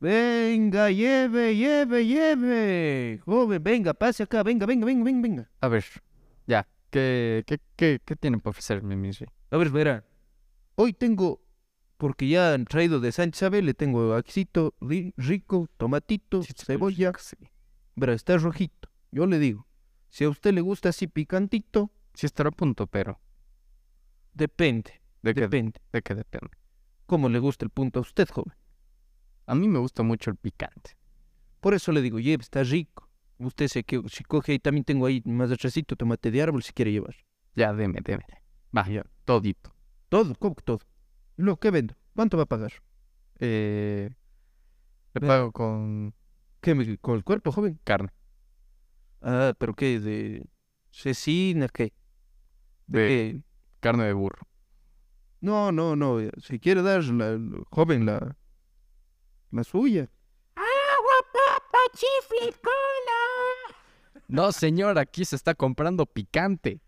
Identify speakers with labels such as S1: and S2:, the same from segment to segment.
S1: Venga, lleve, lleve, lleve. Joven, venga, pase acá, venga, venga, venga, venga, venga.
S2: A ver, ya. ¿Qué, qué, qué, qué tienen para ofrecerme, mi rey?
S1: A ver, verá. Hoy tengo, porque ya han traído de Sánchez Abel, le tengo axito, ri- rico, tomatito,
S2: Sí, sí,
S1: cebolla.
S2: rico, Sí.
S1: Verá, está rojito. Yo le digo, si a usted le gusta así picantito,
S2: Sí estará a punto, pero
S1: depende,
S2: ¿de qué,
S1: depende.
S2: ¿de qué depende?
S1: ¿Cómo le gusta el punto a usted, joven?
S2: A mí me gusta mucho el picante.
S1: Por eso le digo, lleve, está rico. Usted se que si coge ahí, también tengo ahí más atrásito tomate de árbol si quiere llevar.
S2: Ya, deme, deme. Va,
S1: Ya.
S2: todito.
S1: Todo, ¿cómo que todo? ¿Y luego qué vendo? ¿Cuánto va a pagar?
S2: Eh, le
S1: Ve-
S2: pago con
S1: ¿Qué me- con el cuerpo, joven?
S2: carne.
S1: Ah, pero qué, de cecina, qué.
S2: De,
S1: Eh,
S2: carne de burro.
S1: no, no, no. eh, Si quiere dar la, la- joven la la suya.
S2: No, señor, aquí se está comprando picante.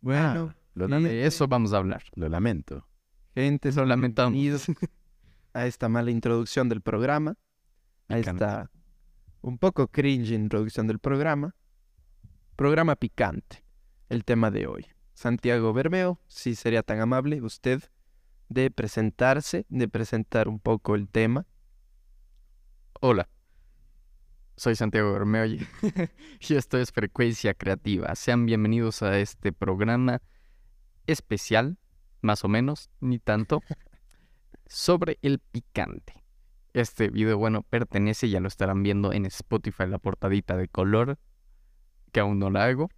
S1: Bueno,
S3: Lo
S1: Sí.
S3: lame-
S2: De eso vamos a hablar.
S3: lo lamento.
S1: gente,
S2: Lo lamentamos.
S1: bienvenidos a esta mala introducción del programa. A
S2: Picante.
S1: esta un poco cringe introducción del programa. Programa picante. El tema de hoy. Santiago Bermeo, si sería tan amable usted de presentarse, de presentar un poco el tema.
S2: Hola, soy Santiago Bermeo y y esto es Frecuencia Creativa. Sean bienvenidos a este programa especial, más o menos, ni tanto, sobre el picante. Este video, bueno, pertenece, ya lo estarán viendo en Spotify, la portadita de color, que aún no la hago.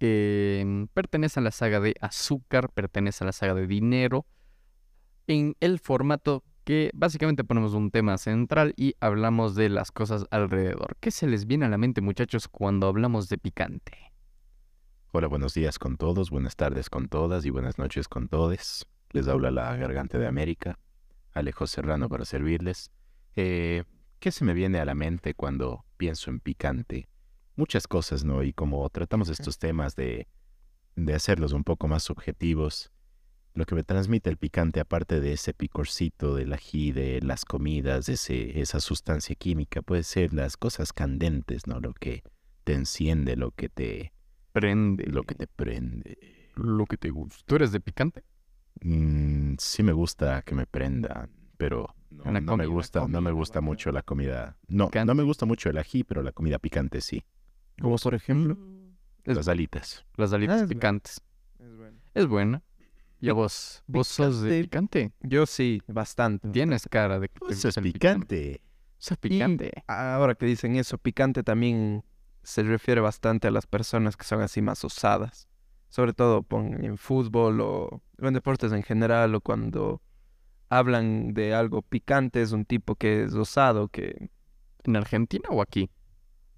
S2: Em, pertenece a la saga de azúcar, pertenece a la saga de dinero, en el formato que básicamente ponemos un tema central y hablamos de las cosas alrededor. ¿Qué se les viene a la mente, muchachos, cuando hablamos de picante?
S3: Hola, buenos días con todos, buenas tardes con todas y buenas noches con todes. Les habla la Garganta de América, Alejo Serrano para servirles. Eh, ¿Qué se me viene a la mente cuando pienso en picante? Muchas cosas, ¿no? Y como tratamos estos temas de, de hacerlos un poco más subjetivos, lo que me transmite el picante, aparte de ese picorcito del ají, de las comidas, de ese, esa sustancia química, puede ser las cosas candentes, ¿no? Lo que te enciende, lo que te,
S2: Prende.
S3: lo que te prende.
S2: lo que te gusta. ¿Tú eres de picante?
S3: Mm, sí me gusta que me prendan, pero no,
S2: La
S3: no
S2: comida,
S3: me gusta, no me
S2: comida,
S3: gusta mucho la comida. No,
S2: Picante.
S3: no me gusta mucho el ají, pero la comida picante sí.
S1: Como por ejemplo.
S2: Es-
S3: Las alitas.
S2: Las alitas
S1: es bueno.
S2: picantes. Es buena. ¿Y a vos? ¿Vos sos de picante?
S1: Yo sí, bastante.
S2: Tienes cara de que te
S3: Eso Pues es
S2: gusta el picante.
S3: picante.
S2: Eso es picante.
S1: Ahora que dicen eso, picante también se refiere bastante a las personas que son así más osadas. Sobre todo pon- en fútbol o en deportes en general o cuando hablan de algo picante es un tipo que es osado, que...
S2: ¿En Argentina o aquí?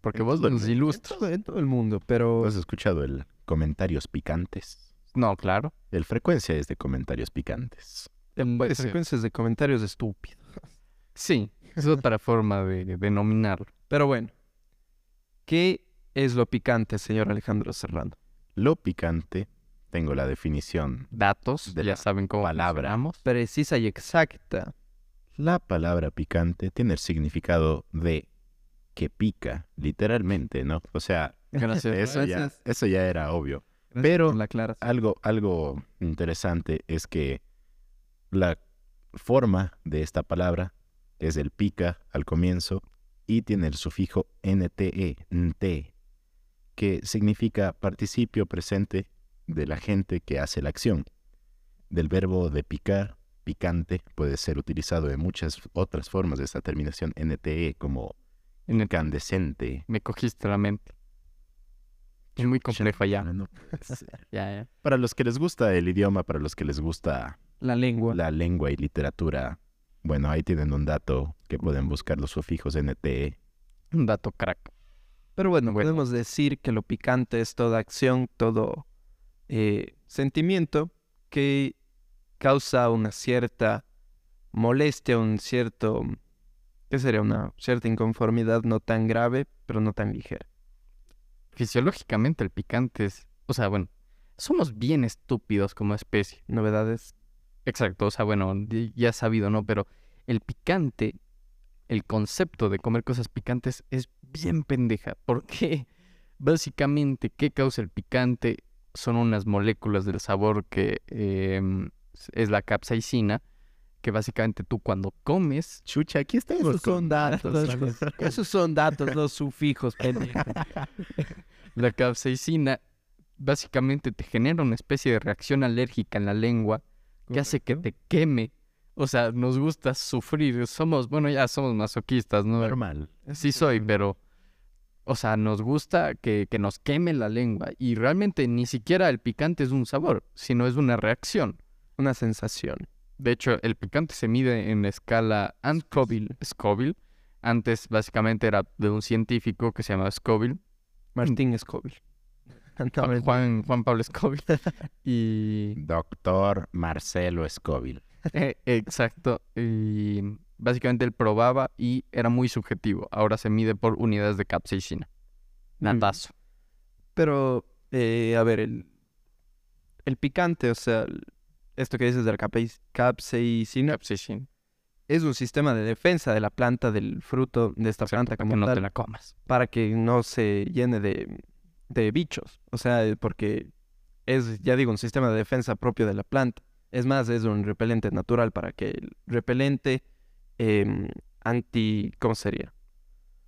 S2: Porque vos
S3: Todo el
S2: nos
S3: mundo.
S1: pues,
S2: ilustras.
S1: Todo, en todo el mundo, pero...
S3: ¿Has escuchado el comentarios picantes?
S2: No, claro.
S3: El frecuencia es de comentarios picantes.
S2: Puede
S1: Las
S2: ser.
S1: secuencias de comentarios estúpidos.
S2: Sí, es otra forma de denominarlo.
S1: Pero bueno, ¿qué es lo picante, señor Alejandro Serrano?
S3: Lo picante, tengo la definición.
S2: Datos,
S3: De
S2: ya
S3: la
S2: saben cómo
S3: palabra.
S2: funcionamos.
S1: Precisa y exacta.
S3: La palabra picante tiene el significado de que pica, literalmente, ¿no? O sea,
S2: Gracias.
S3: eso ya,
S1: Gracias.
S3: eso ya era obvio. Pero-
S1: por la aclaración.
S3: algo, algo interesante es que la forma de esta palabra es el pica al comienzo y tiene el sufijo NTE, NTE, que significa participio presente de la gente que hace la acción. Del verbo de picar, picante, puede ser utilizado en muchas otras formas de esta terminación NTE, como
S2: En el-
S3: incandescente.
S2: Me cogiste la mente. Es muy compleja ya.
S3: No puede ser.
S2: Ya, ya.
S3: Para los que les gusta el idioma, para los que les gusta
S1: La lengua.
S3: la lengua y literatura. Bueno, ahí tienen un dato que pueden buscar los sufijos E NTE.
S2: Un dato crack.
S1: Pero bueno,
S2: Bueno.
S1: podemos decir que lo picante es toda acción, todo eh, sentimiento que causa una cierta molestia, un cierto, ¿qué sería? Una cierta inconformidad no tan grave, pero no tan ligera.
S2: pues, Fisiológicamente el picante es... O sea, bueno, somos bien estúpidos como especie.
S1: Novedades.
S2: Exacto, o sea, bueno, di- ya sabido, ¿no? Pero el picante el concepto de comer cosas picantes es bien pendeja. Porque básicamente, ¿qué causa el picante? Son unas moléculas del sabor que eh, es la capsaicina, que básicamente tú cuando comes,
S3: Chucha, aquí está.
S1: Esos son datos. Esos son datos, los sufijos, pendejo.
S2: la capsaicina básicamente te genera una especie de reacción alérgica en la lengua que hace que te queme. O sea, nos gusta sufrir. Somos, bueno, ya somos masoquistas, ¿no?
S3: Normal.
S2: Sí soy, pero... O sea, nos gusta que, que nos queme la lengua. Y realmente ni siquiera el picante es un sabor, sino es una reacción.
S1: Una sensación.
S2: De hecho, el picante se mide en la escala Ant- Scoville. Scoville. Antes básicamente era de un científico que se llamaba Scoville.
S1: Martín Scoville. No,
S2: Juan- Juan, Juan Pablo Scoville. y
S3: Doctor Marcelo Scoville.
S2: Eh, Exacto. Y básicamente él probaba y era muy subjetivo. Ahora se mide por unidades de capsaicina. Natazo.
S1: Pero, eh, a ver, el, el picante, o sea, el- esto que dices de la capais- capsaicina,
S2: Capsaicina.
S1: es un sistema de defensa de la planta, del fruto de esta
S2: Exacto,
S1: planta
S2: para que
S1: como
S2: no te
S1: tal,
S2: la comas.
S1: para que no se llene de, de bichos. O sea, eh, porque es, ya digo, un sistema de defensa propio de la planta. Es más, es un repelente natural para que el repelente em, anti... ¿Cómo sería?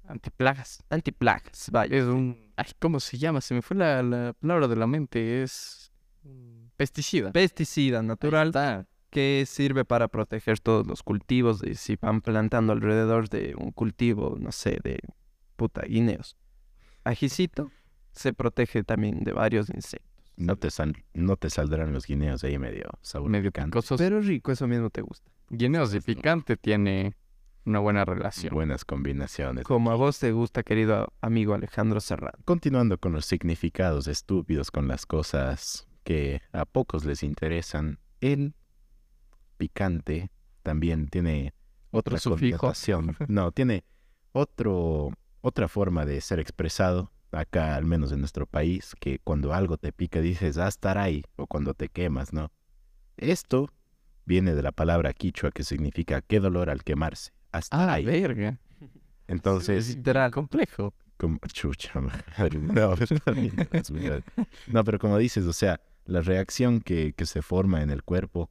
S2: Antiplagas.
S1: Antiplagas, vaya.
S2: Es un. Ay, ¿cómo se llama? Se me fue la, la palabra de la mente. Es. un Pesticida.
S1: Pesticida natural.
S2: Está.
S1: que sirve para proteger todos los cultivos de si van plantando alrededor de un cultivo, no sé, de puta guineos. Ajicito se protege también de varios insectos.
S3: No te, sal- no te saldrán los guineos ahí medio sabor
S2: Medio
S3: picante.
S2: picosos.
S1: Pero rico, eso mismo te gusta.
S2: Guineos y picante tiene una buena relación.
S3: Buenas combinaciones.
S1: Como a vos te gusta, querido a- amigo Alejandro Serrano.
S3: Continuando con los significados estúpidos, con las cosas que a pocos les interesan, el picante también tiene otra
S2: Otro sufijo.
S3: connotación. No, tiene otro, otra forma de ser expresado, acá al menos en nuestro país, que cuando algo te pica dices, ah, estar ahí, o cuando te quemas, ¿no? Esto viene de la palabra quichua que significa qué dolor al quemarse. Hasta
S2: Ah,
S3: ahí.
S2: verga.
S3: Entonces,
S2: literal. Complejo.
S3: como, chucha, madre, No, pero también, Dios mío. No, pero como dices, o sea, la reacción que, que se forma en el cuerpo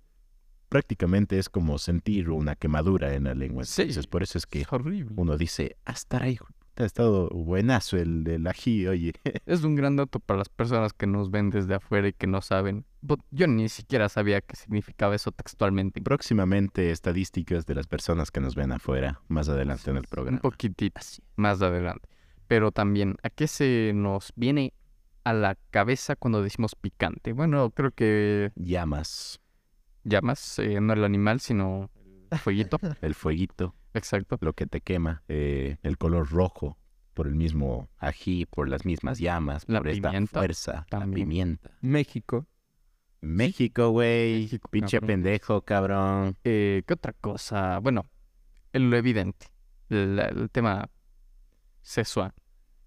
S3: prácticamente es como sentir una quemadura en la lengua.
S2: Sí.
S3: Entonces, por eso es que
S2: Es horrible.
S3: uno dice, hasta ahí, hijo de puta, ha estado buenazo el del ají, oye.
S2: Es un gran dato para las personas que nos ven desde afuera y que no saben. Bo- Yo ni siquiera sabía qué significaba eso textualmente.
S3: Próximamente estadísticas de las personas que nos ven afuera, más adelante en el
S2: Un
S3: programa.
S2: poquitito más adelante. Pero también, ¿a qué se nos viene a la cabeza cuando decimos picante? Bueno, creo que
S3: Llamas,
S2: llamas, eh, no el animal, sino el fueguito.
S3: el fueguito,
S2: Exacto.
S3: lo que te quema, eh, el color rojo por el mismo ají, por las mismas llamas,
S2: La
S3: por esta
S2: pimienta
S3: fuerza, la
S2: también.
S3: pimienta.
S1: México,
S3: México, güey.
S2: México,
S3: Pinche
S2: cabrón.
S3: pendejo, cabrón.
S2: Eh, ¿Qué otra cosa? Bueno, el- lo evidente, el, el tema sexual.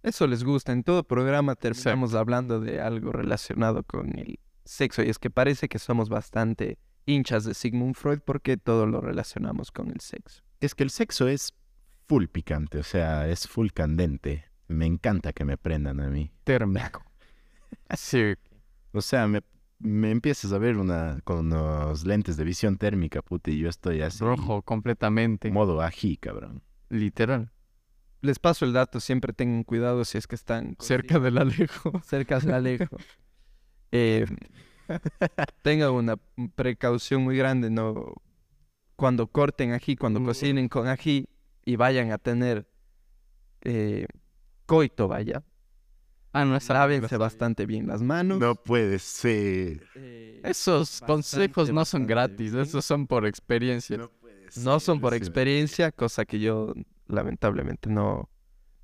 S1: eso les gusta. En todo programa terminamos hablando de algo relacionado con el sexo. Y es que parece que somos bastante hinchas de Sigmund Freud porque todo lo relacionamos con el sexo.
S3: Es que el sexo es full picante, o sea, es full candente. Me encanta que me prendan a mí.
S2: Térmico. Sí,
S3: O sea, me, me empiezas a ver una con unos lentes de visión térmica, puta, y yo estoy así.
S2: rojo completamente.
S3: Modo ají, cabrón.
S2: Literal.
S1: Les paso el dato, siempre tengan cuidado si es que están con-
S2: Cerca del Alejo.
S1: cerca del Alejo. Eh, tengan una precaución muy grande, no cuando corten ají, cuando
S2: Mm.
S1: cocinen con ají y vayan a tener eh, coito, vaya.
S2: Ah, no es
S1: Lávense bastante bien las manos.
S3: puede ser.
S1: Eh,
S2: Esos
S1: Bastante,
S2: consejos no son
S1: bastante
S2: gratis,
S1: bien.
S2: esos son por experiencia.
S3: puede
S1: no son por experiencia, cosa que yo lamentablemente no,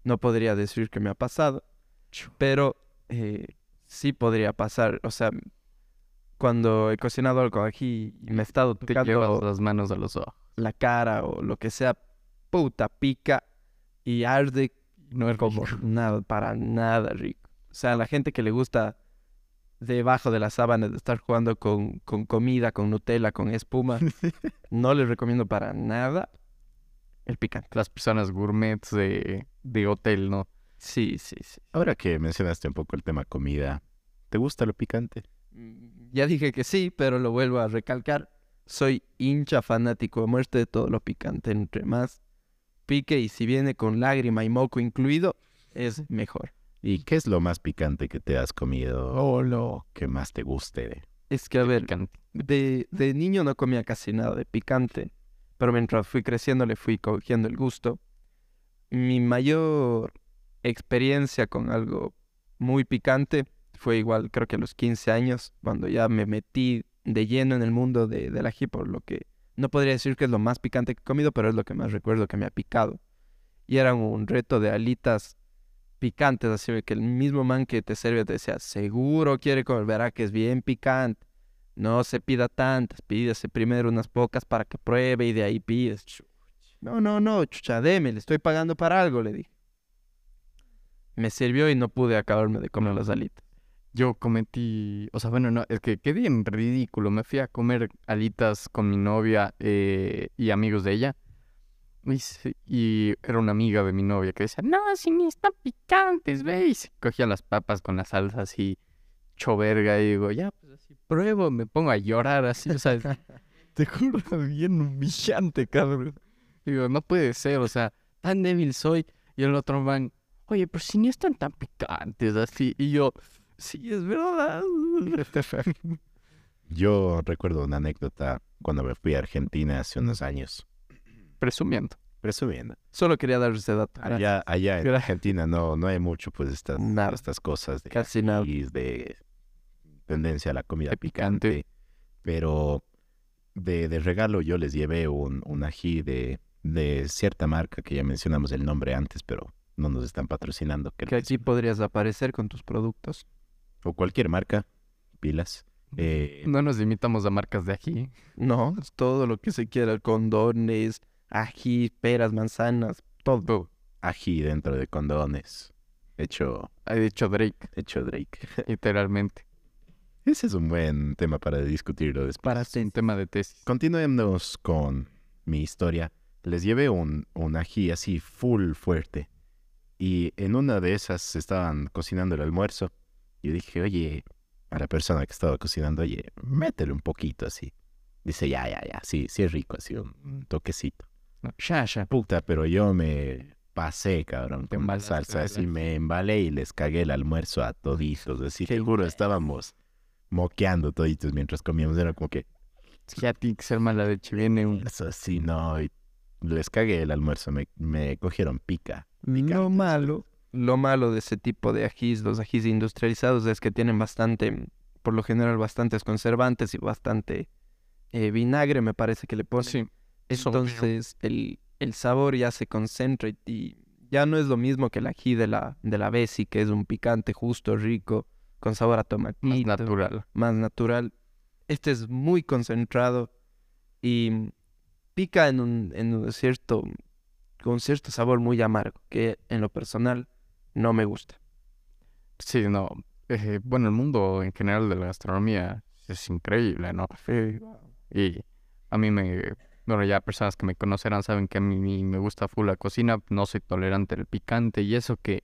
S1: no podría decir que me ha pasado. Pero eh, sí podría pasar. O sea, cuando he cocinado algo aquí y me he estado
S2: Te llevas
S1: tocando
S2: las manos a los ojos.
S1: la cara o lo que sea, puta pica y arde
S2: No es
S1: como
S2: como.
S1: nada, para nada rico. O sea, la gente que le gusta debajo de las sábanas de estar jugando con, con comida, con Nutella, con espuma, no les recomiendo para nada. El picante.
S2: Las personas gourmets de, de hotel, ¿no?
S1: Sí, sí, sí.
S3: Ahora que mencionaste un poco el tema comida, ¿te gusta lo picante?
S1: Mm, Ya dije que sí, pero lo vuelvo a recalcar. Soy hincha fanático a muerte de todo lo picante. Entre más pique y si viene con lágrima y moco incluido, es mejor.
S3: ¿Y qué es lo más picante que te has comido? O
S1: Oh,
S3: lo que más te guste.
S1: Es que, a
S2: de
S1: ver,
S2: picante.
S1: de, de niño no comía casi nada de picante, pero mientras fui creciendo le fui cogiendo el gusto. Mi mayor experiencia con algo muy picante fue igual, creo que a los 15 años, cuando ya me metí de lleno en el mundo de, del ají, por lo que no podría decir que es lo más picante que he comido, pero es lo que más recuerdo que me ha picado. Y era un reto de alitas picantes, así que el mismo man que te servía te decía, seguro quiere comer, verá que es bien picante. No se pida tantas, pídase primero unas pocas para que pruebe y de ahí pides. Chu- No, no, no, chucha, deme, le estoy pagando para algo, le dije. Me sirvió y no pude acabarme de comer las alitas.
S2: Yo cometí, o sea, bueno, no, es que quedé en ridículo. Me fui a comer alitas con mi novia eh, y amigos de ella. Y, se- y era una amiga de mi novia que decía, no, si ni están picantes, ve. Y se cogía las papas con la salsa así, choverga, y digo, ya, pues así pruebo, me pongo a llorar así, o sea, te juro, bien humillante, cabrón. Digo, no puede ser, o sea, tan débil soy. Y el otro man, oye, pero si ni están tan picantes, así. Y yo, Sí, es verdad.
S3: Yo recuerdo una anécdota cuando me fui a Argentina hace unos años.
S2: Presumiendo.
S3: Presumiendo.
S1: Solo quería darles ese dato.
S3: Allá, allá en
S1: Gracias.
S3: Argentina no, no hay mucho, pues, estas,
S1: Nada.
S3: estas cosas de
S1: Casi nada.
S3: y de tendencia a la comida
S2: De picante.
S3: picante. Pero de, de regalo yo les llevé un, un ají de, de cierta marca que ya mencionamos el nombre antes, pero no nos están patrocinando. creo
S1: Que
S3: que
S1: aquí podrías aparecer con tus productos.
S3: sí. O cualquier marca, pilas.
S1: Mm.
S3: Eh,
S2: No nos limitamos a marcas de aquí.
S1: No, es todo lo que se quiera, condones, ají, peras, manzanas, todo.
S2: Todo.
S3: Ají dentro de condones. Hecho,
S2: Ha dicho Drake,
S3: hecho Drake.
S2: literalmente.
S3: Ese es un buen tema para discutirlo después.
S1: Para
S2: Es un tema de tesis.
S3: Continuemos con mi historia. Les llevé un, un ají así full fuerte. Y en una de esas estaban cocinando el almuerzo. Y dije, oye, a la persona que estaba cocinando, oye, métele un poquito así. Dice, ya, ya, ya, sí, sí es rico, así un un toquecito.
S2: No, Ya, ya.
S3: Puta, pero yo me pasé, cabrón,
S2: Te
S3: con la
S2: embalaste,
S3: salsa así,
S2: ¿verdad?
S3: me embalé y les cagué el almuerzo a toditos. Así, seguro estábamos moqueando toditos mientras comíamos. Era como que,
S2: Es que Ya tiene que ser mala leche. Viene un.
S3: Eso sí, no. y les cagué el almuerzo, me, me cogieron pica.
S1: Lo malo, lo malo de ese tipo de ajís, los ajís industrializados, es que tienen bastante, por lo general, bastantes conservantes y bastante eh, vinagre, me parece que le ponen.
S2: Sí. eso veo.
S1: Entonces el, el sabor ya se concentra y, y ya no es lo mismo que el ají de la, de la Besi, que es un picante justo, rico, con sabor a
S2: Más
S1: tomatito,
S2: natural.
S1: más natural. Este es muy concentrado y pica en un, en un cierto, con cierto sabor muy amargo, que en lo personal no me gusta.
S2: Sí, no. eh, bueno, el mundo en general de la gastronomía es increíble, ¿no? Y a mí me... Bueno, ya personas que me conocerán saben que a mí me gusta full la cocina, no soy tolerante al picante y eso que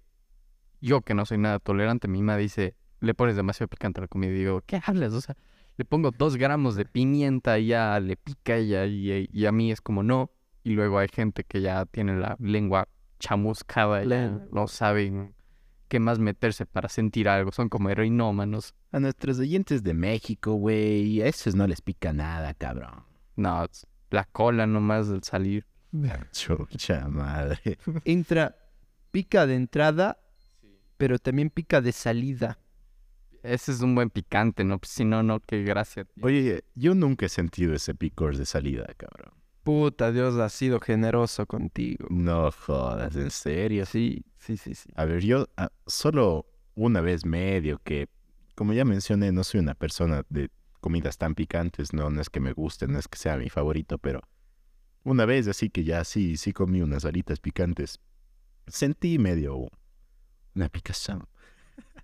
S2: yo que no soy nada tolerante, mi mamá dice, le pones demasiado picante a la comida y digo, ¿qué hablas? O sea, le pongo dos gramos de pimienta y ya le pica y, ya- y, y a mí es como no. Y luego hay gente que ya tiene la lengua chamuscada y ya
S1: Lengua.
S2: no saben qué más meterse para sentir algo, son como heroinómanos.
S3: A nuestros oyentes de México, güey, a esos no les pica nada, cabrón.
S2: No, es la cola nomás del salir.
S3: Chucha madre.
S1: Entra, pica de entrada, pero también pica de salida.
S2: Ese es un buen picante, ¿no? Pues si no, no, qué gracia. tío.
S3: Oye, yo nunca he sentido ese picor de salida, cabrón.
S1: Puta, Dios ha sido generoso contigo.
S3: No jodas, en serio.
S1: Sí, sí, sí, sí.
S3: A ver, yo ah, solo una vez medio que, como ya mencioné, no soy una persona de comidas tan picantes, no, no es que me guste, no es que sea mi favorito, pero una vez así que ya sí, sí comí unas alitas picantes, sentí medio una picazón,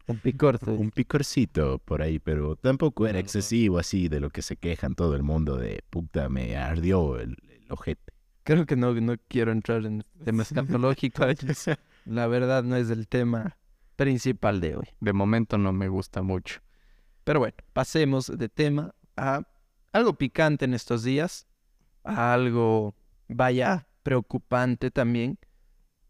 S1: Un picor. te-
S3: un picorcito por ahí, pero tampoco era excesivo así de lo que se quejan todo el mundo de puta, me ardió el, el ojete.
S1: Creo que no, no quiero entrar en tema escatológico. La verdad no es el tema principal de hoy.
S2: De momento no me gusta mucho.
S1: Pero bueno, pasemos de tema a algo picante en estos días, a algo, vaya, preocupante también,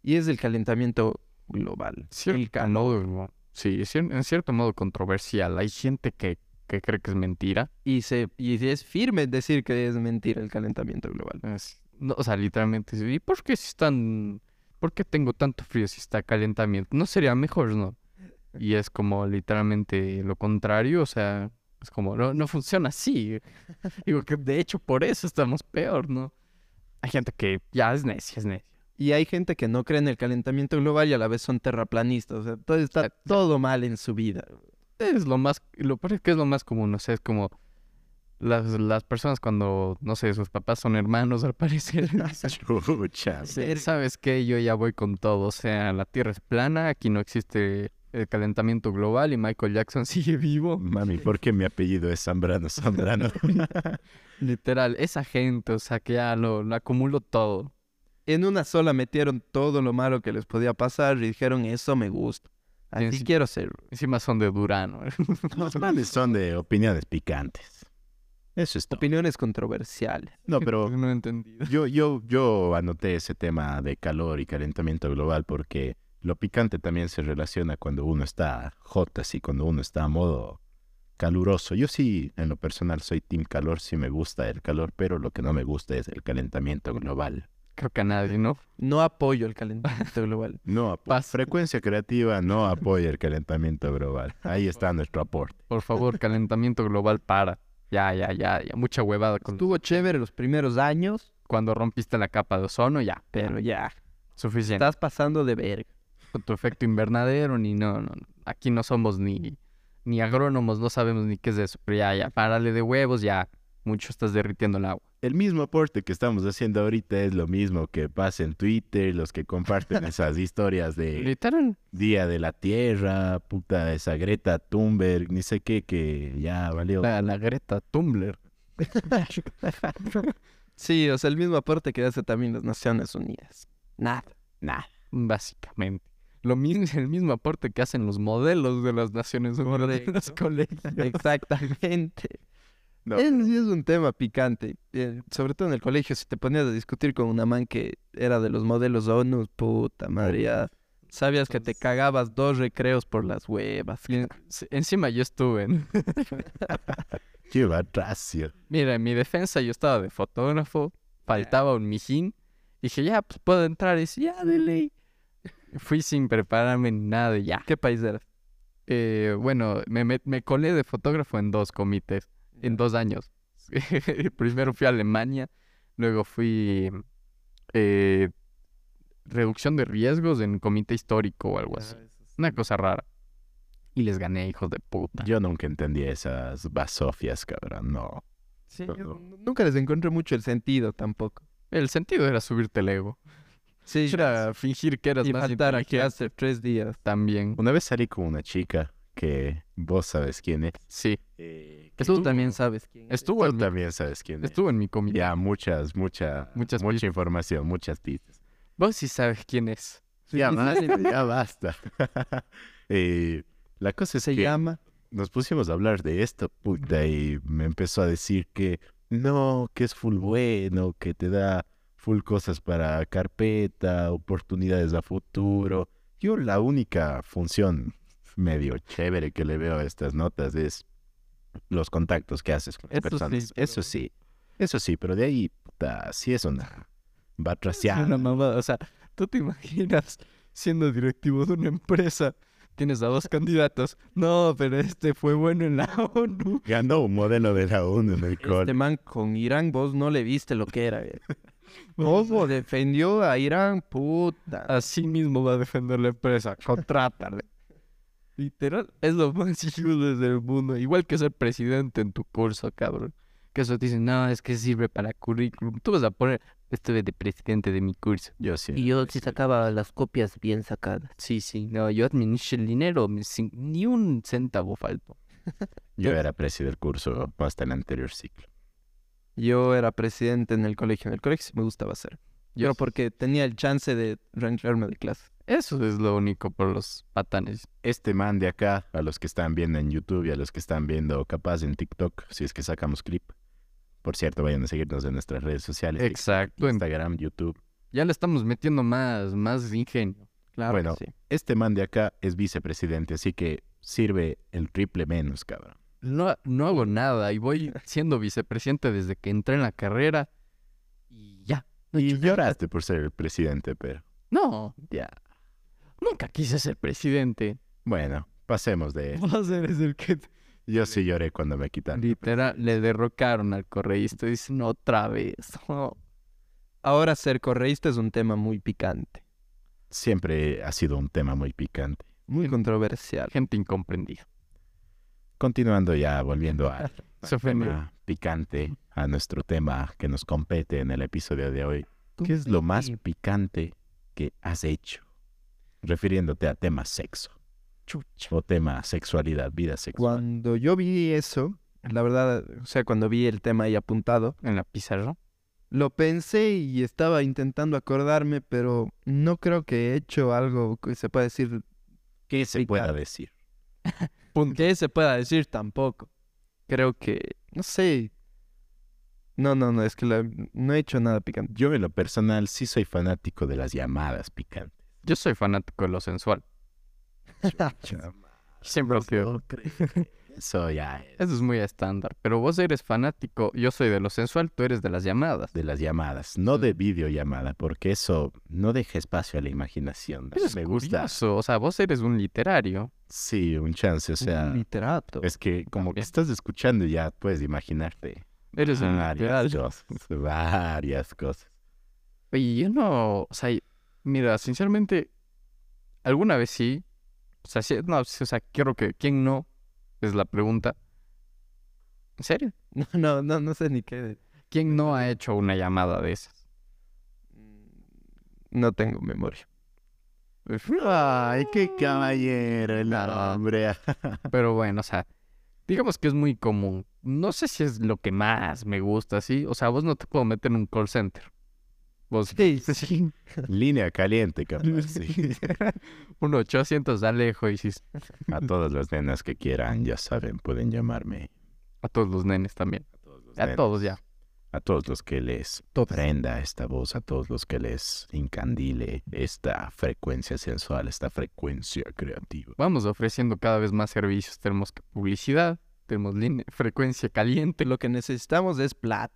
S1: y es el calentamiento global. el
S2: Cierto
S1: calor.
S2: modo, sí, cier- en cierto modo controversial. Hay gente que, que cree que es mentira.
S1: Y, se, y es firme decir que es mentira el calentamiento global.
S2: Es- no, o sea, literalmente, ¿y por qué si están, por qué tengo tanto frío si está calentamiento? No sería mejor, ¿no? Y es como literalmente lo contrario, o sea, es como, no, no funciona así. Digo que de hecho por eso estamos peor, ¿no? Hay gente que ya es necia, es necia.
S1: Y hay gente que no cree en el calentamiento global y a la vez son terraplanistas. O sea, todo está
S2: Eh,
S1: todo mal en su vida.
S2: Es lo más, lo peor es que es lo más común, o sea, es como las, las personas cuando, no sé, sus papás son hermanos al parecer.
S3: Chuchas.
S2: Sí, ¿Sabes qué? Yo ya voy con todo. O sea, la Tierra es plana, aquí no existe el calentamiento global y Michael Jackson sigue vivo.
S3: Mami, ¿por qué mi apellido es Zambrano Zambrano?
S2: Literal, esa gente, o sea, que ya lo, lo acumulo todo.
S1: En una sola metieron todo lo malo que les podía pasar y dijeron, eso me gusta.
S2: Sí,
S1: Así
S2: sí.
S1: quiero ser.
S2: Encima son de Durano.
S3: Los manes son de opiniones picantes. Eso es todo.
S1: Opiniones controversiales.
S3: No, pero
S2: No he entendido.
S3: Yo, yo, yo anoté ese tema de calor y calentamiento global porque lo picante también se relaciona cuando uno está hot, así cuando uno está a modo caluroso. Yo sí, en lo personal, soy team calor, sí me gusta el calor, pero lo que no me gusta es el calentamiento global.
S2: Creo que a nadie, ¿no?
S1: No apoyo el calentamiento global.
S3: No apo-
S2: Paz.
S3: Frecuencia creativa no apoya el calentamiento global. Ahí está nuestro aporte.
S2: Por favor, calentamiento global para. Ya, ya, ya, ya. Mucha huevada. con-
S1: Estuvo chévere los primeros años,
S2: Cuando rompiste la capa de ozono, ya.
S1: pero
S2: Pero
S1: ya,
S2: suficiente.
S1: estás pasando de verga.
S2: Con tu efecto invernadero, ni no, no. no. Aquí no somos ni, ni agrónomos, no sabemos ni qué es eso. Pero ya, ya, párale de huevos, ya. Mucho estás derritiendo el agua.
S3: El mismo aporte que estamos haciendo ahorita es lo mismo que pasa en Twitter, los que comparten esas historias de...
S2: Literal.
S3: Día de la Tierra, puta esa Greta Thunberg, ni sé qué, que ya valió.
S2: La, la Greta Tumblr.
S1: Sí, o sea, el mismo aporte que hace también las Naciones Unidas. Nada.
S3: Nah.
S2: Básicamente. Lo mismo, el mismo aporte que hacen los modelos de las Naciones Unidas en los colegios.
S1: Exactamente.
S3: No.
S1: Es, es un tema picante. eh, sobre todo en el colegio, si te ponías a discutir con una man que era de los modelos ONU, puta madre, ya sabías que te
S2: Entonces-
S1: cagabas dos recreos por las huevas.
S2: Y en- Encima yo estuve. en-
S3: Qué batracio.
S2: Mira, en mi defensa yo estaba de fotógrafo. Faltaba un mijín. Dije, ya, pues puedo entrar. Y dice, ya, de ley. Fui sin prepararme ni nada, y ya.
S1: ¿Qué país eras?
S2: Eh, bueno, me, me, me colé de fotógrafo en dos comités, en dos años. Primero fui a Alemania, luego fui eh, reducción de riesgos en comité histórico o algo así. Una cosa rara. Y les gané, hijos de puta.
S3: Yo nunca entendí esas basofias, cabrón, no.
S1: Sí,
S3: yo
S1: nunca les encontré mucho el sentido tampoco.
S2: El sentido era subirte el ego.
S1: Sí,
S2: Era fingir que eras
S1: y
S2: más
S1: faltar aquí
S2: inteligente
S1: hace tres días.
S2: también.
S3: Una vez salí con una chica que vos sabes quién es.
S2: Sí,
S3: Eh, que
S1: Tú también sabes quién eres.
S2: estuvo en
S3: tú
S2: mi,
S3: también sabes quién es.
S2: estuvo en mi comité.
S3: Ya, muchas, mucha,
S2: Muchas
S3: mucha información, muchas pistas.
S2: Vos sí sabes quién es.
S3: Ya basta, ya basta. Eh, la cosa es
S1: Se
S3: que...
S1: llama.
S3: nos pusimos a hablar de esto, puta, y me empezó a decir que no, que es full bueno, que te da full cosas para carpeta, oportunidades a futuro. Yo la única función medio chévere que le veo a estas notas es los contactos que haces con las
S1: Eso sí,
S3: personas.
S1: pero-
S3: Eso sí, eso sí, pero de ahí, puta, sí es una
S2: Es Ah, una
S3: batraciada.
S2: mamada. O sea, tú te imaginas siendo directivo de una empresa, tienes a dos candidatos. No, pero este fue bueno en la ONU.
S3: Ganó un modelo de la ONU en el
S1: Este
S3: cole.
S1: man con Irán, vos no le viste lo que era. eh. Vos defendió a Irán, puta.
S4: Ah,
S2: Así mismo va a defender la empresa. Contrátale. Literal, es lo más useless del mundo. Igual que ser presidente en tu curso, cabrón. Que eso te dicen, no, es que sirve para currículum. Tú vas a poner, estuve de presidente de mi curso.
S3: Yo sí. este,
S4: Y yo sí sacaba las copias bien sacadas.
S2: Sí, sí, no, yo administré el dinero, me- sin- ni un centavo faltó.
S3: Yo era presi del curso hasta el anterior ciclo.
S1: Yo era presidente en el colegio. En el colegio sí me gustaba ser. Yo
S2: Yes.
S1: porque tenía el chance de rankearme de clase.
S2: Eso es lo único por los patanes.
S3: Este man de acá, a los que están viendo en YouTube y a los que están viendo capaz en TikTok, si es que sacamos clip. Por cierto, vayan a seguirnos en nuestras redes sociales. TikTok,
S2: Exacto. en-
S3: Instagram, YouTube.
S2: Ya le estamos metiendo más, más ingenio.
S1: Claro
S3: Bueno,
S1: que sí.
S3: Este man de acá es vicepresidente, así que sirve el triple menos, cabrón.
S2: No, no hago nada y voy siendo vicepresidente desde que entré en la carrera y ya.
S3: Y lloraste por ser el presidente, pero
S2: No,
S3: ya.
S2: nunca quise ser presidente.
S3: Bueno, pasemos de...
S2: Vas eres el que
S3: Yo sí lloré cuando me quitaron.
S2: Literal, le derrocaron al correísta. Dicen otra vez. Oh,
S1: Ahora ser correísta es un tema muy picante,
S3: Siempre ha sido un tema muy picante.
S1: muy controversial.
S2: gente incomprendida.
S3: Continuando ya, volviendo a...
S2: Se ofendió.
S3: tema picante a nuestro tema que nos compete en el episodio de hoy. ¿Qué es lo más picante que has hecho? Refiriéndote a tema sexo
S2: Chucha.
S3: o tema sexualidad, vida sexual.
S1: Cuando yo vi eso, la verdad, o sea, cuando vi el tema ahí apuntado,
S2: En la pizarra.
S1: lo pensé y estaba intentando acordarme, pero no creo que he hecho algo que se pueda decir,
S3: ¿Qué se
S1: Picante.
S3: pueda decir?
S1: que se pueda decir tampoco. Creo que, no sé. No, no, no, es que la- no he hecho nada picante.
S3: Yo en lo personal sí soy fanático de las llamadas picantes.
S2: Yo soy fanático de lo sensual. Siempre lo sido.
S3: Eso ya es
S2: Eso es muy estándar. Pero vos eres fanático, yo soy de lo sensual, tú eres de las llamadas.
S3: de las llamadas, no de videollamada, porque eso no deja espacio a la imaginación.
S2: Eso es
S3: Me gusta.
S2: curioso, O sea, vos eres un literario.
S3: Sí, un chance, o sea,
S1: literato.
S3: es que como que
S2: También.
S3: estás escuchando y ya puedes imaginarte
S2: Eres un
S3: varias
S2: literario.
S3: cosas, varias cosas.
S2: Y yo no. O sea, mira, sinceramente, alguna vez sí. O sea, sí, no, sí, o sea, quiero que. ¿Quién no? Es la pregunta. ¿En serio?
S1: No, no, no, no sé ni qué.
S2: ¿Quién no ha hecho una llamada de esas?
S1: No tengo memoria.
S3: Ay, qué caballero el
S2: Claro.
S3: hombre.
S2: Pero bueno, o sea, digamos que es muy común. No sé si es lo que más me gusta, ¿sí? O sea, vos no te puedo meter en un call center. Vos,
S1: Sí,
S3: Línea caliente, capaz. sí.
S2: un 800 de Alejo y dices,
S3: A todas las nenas que quieran, ya saben, pueden llamarme.
S2: a todos los nenes también.
S3: A todos, los
S2: A todos ya.
S3: A todos los que les prenda esta voz, a todos los que les incandile esta frecuencia sensual, esta frecuencia creativa.
S2: Vamos ofreciendo cada vez más servicios. Tenemos que publicidad, tenemos line- frecuencia caliente.
S1: Lo que necesitamos es plata.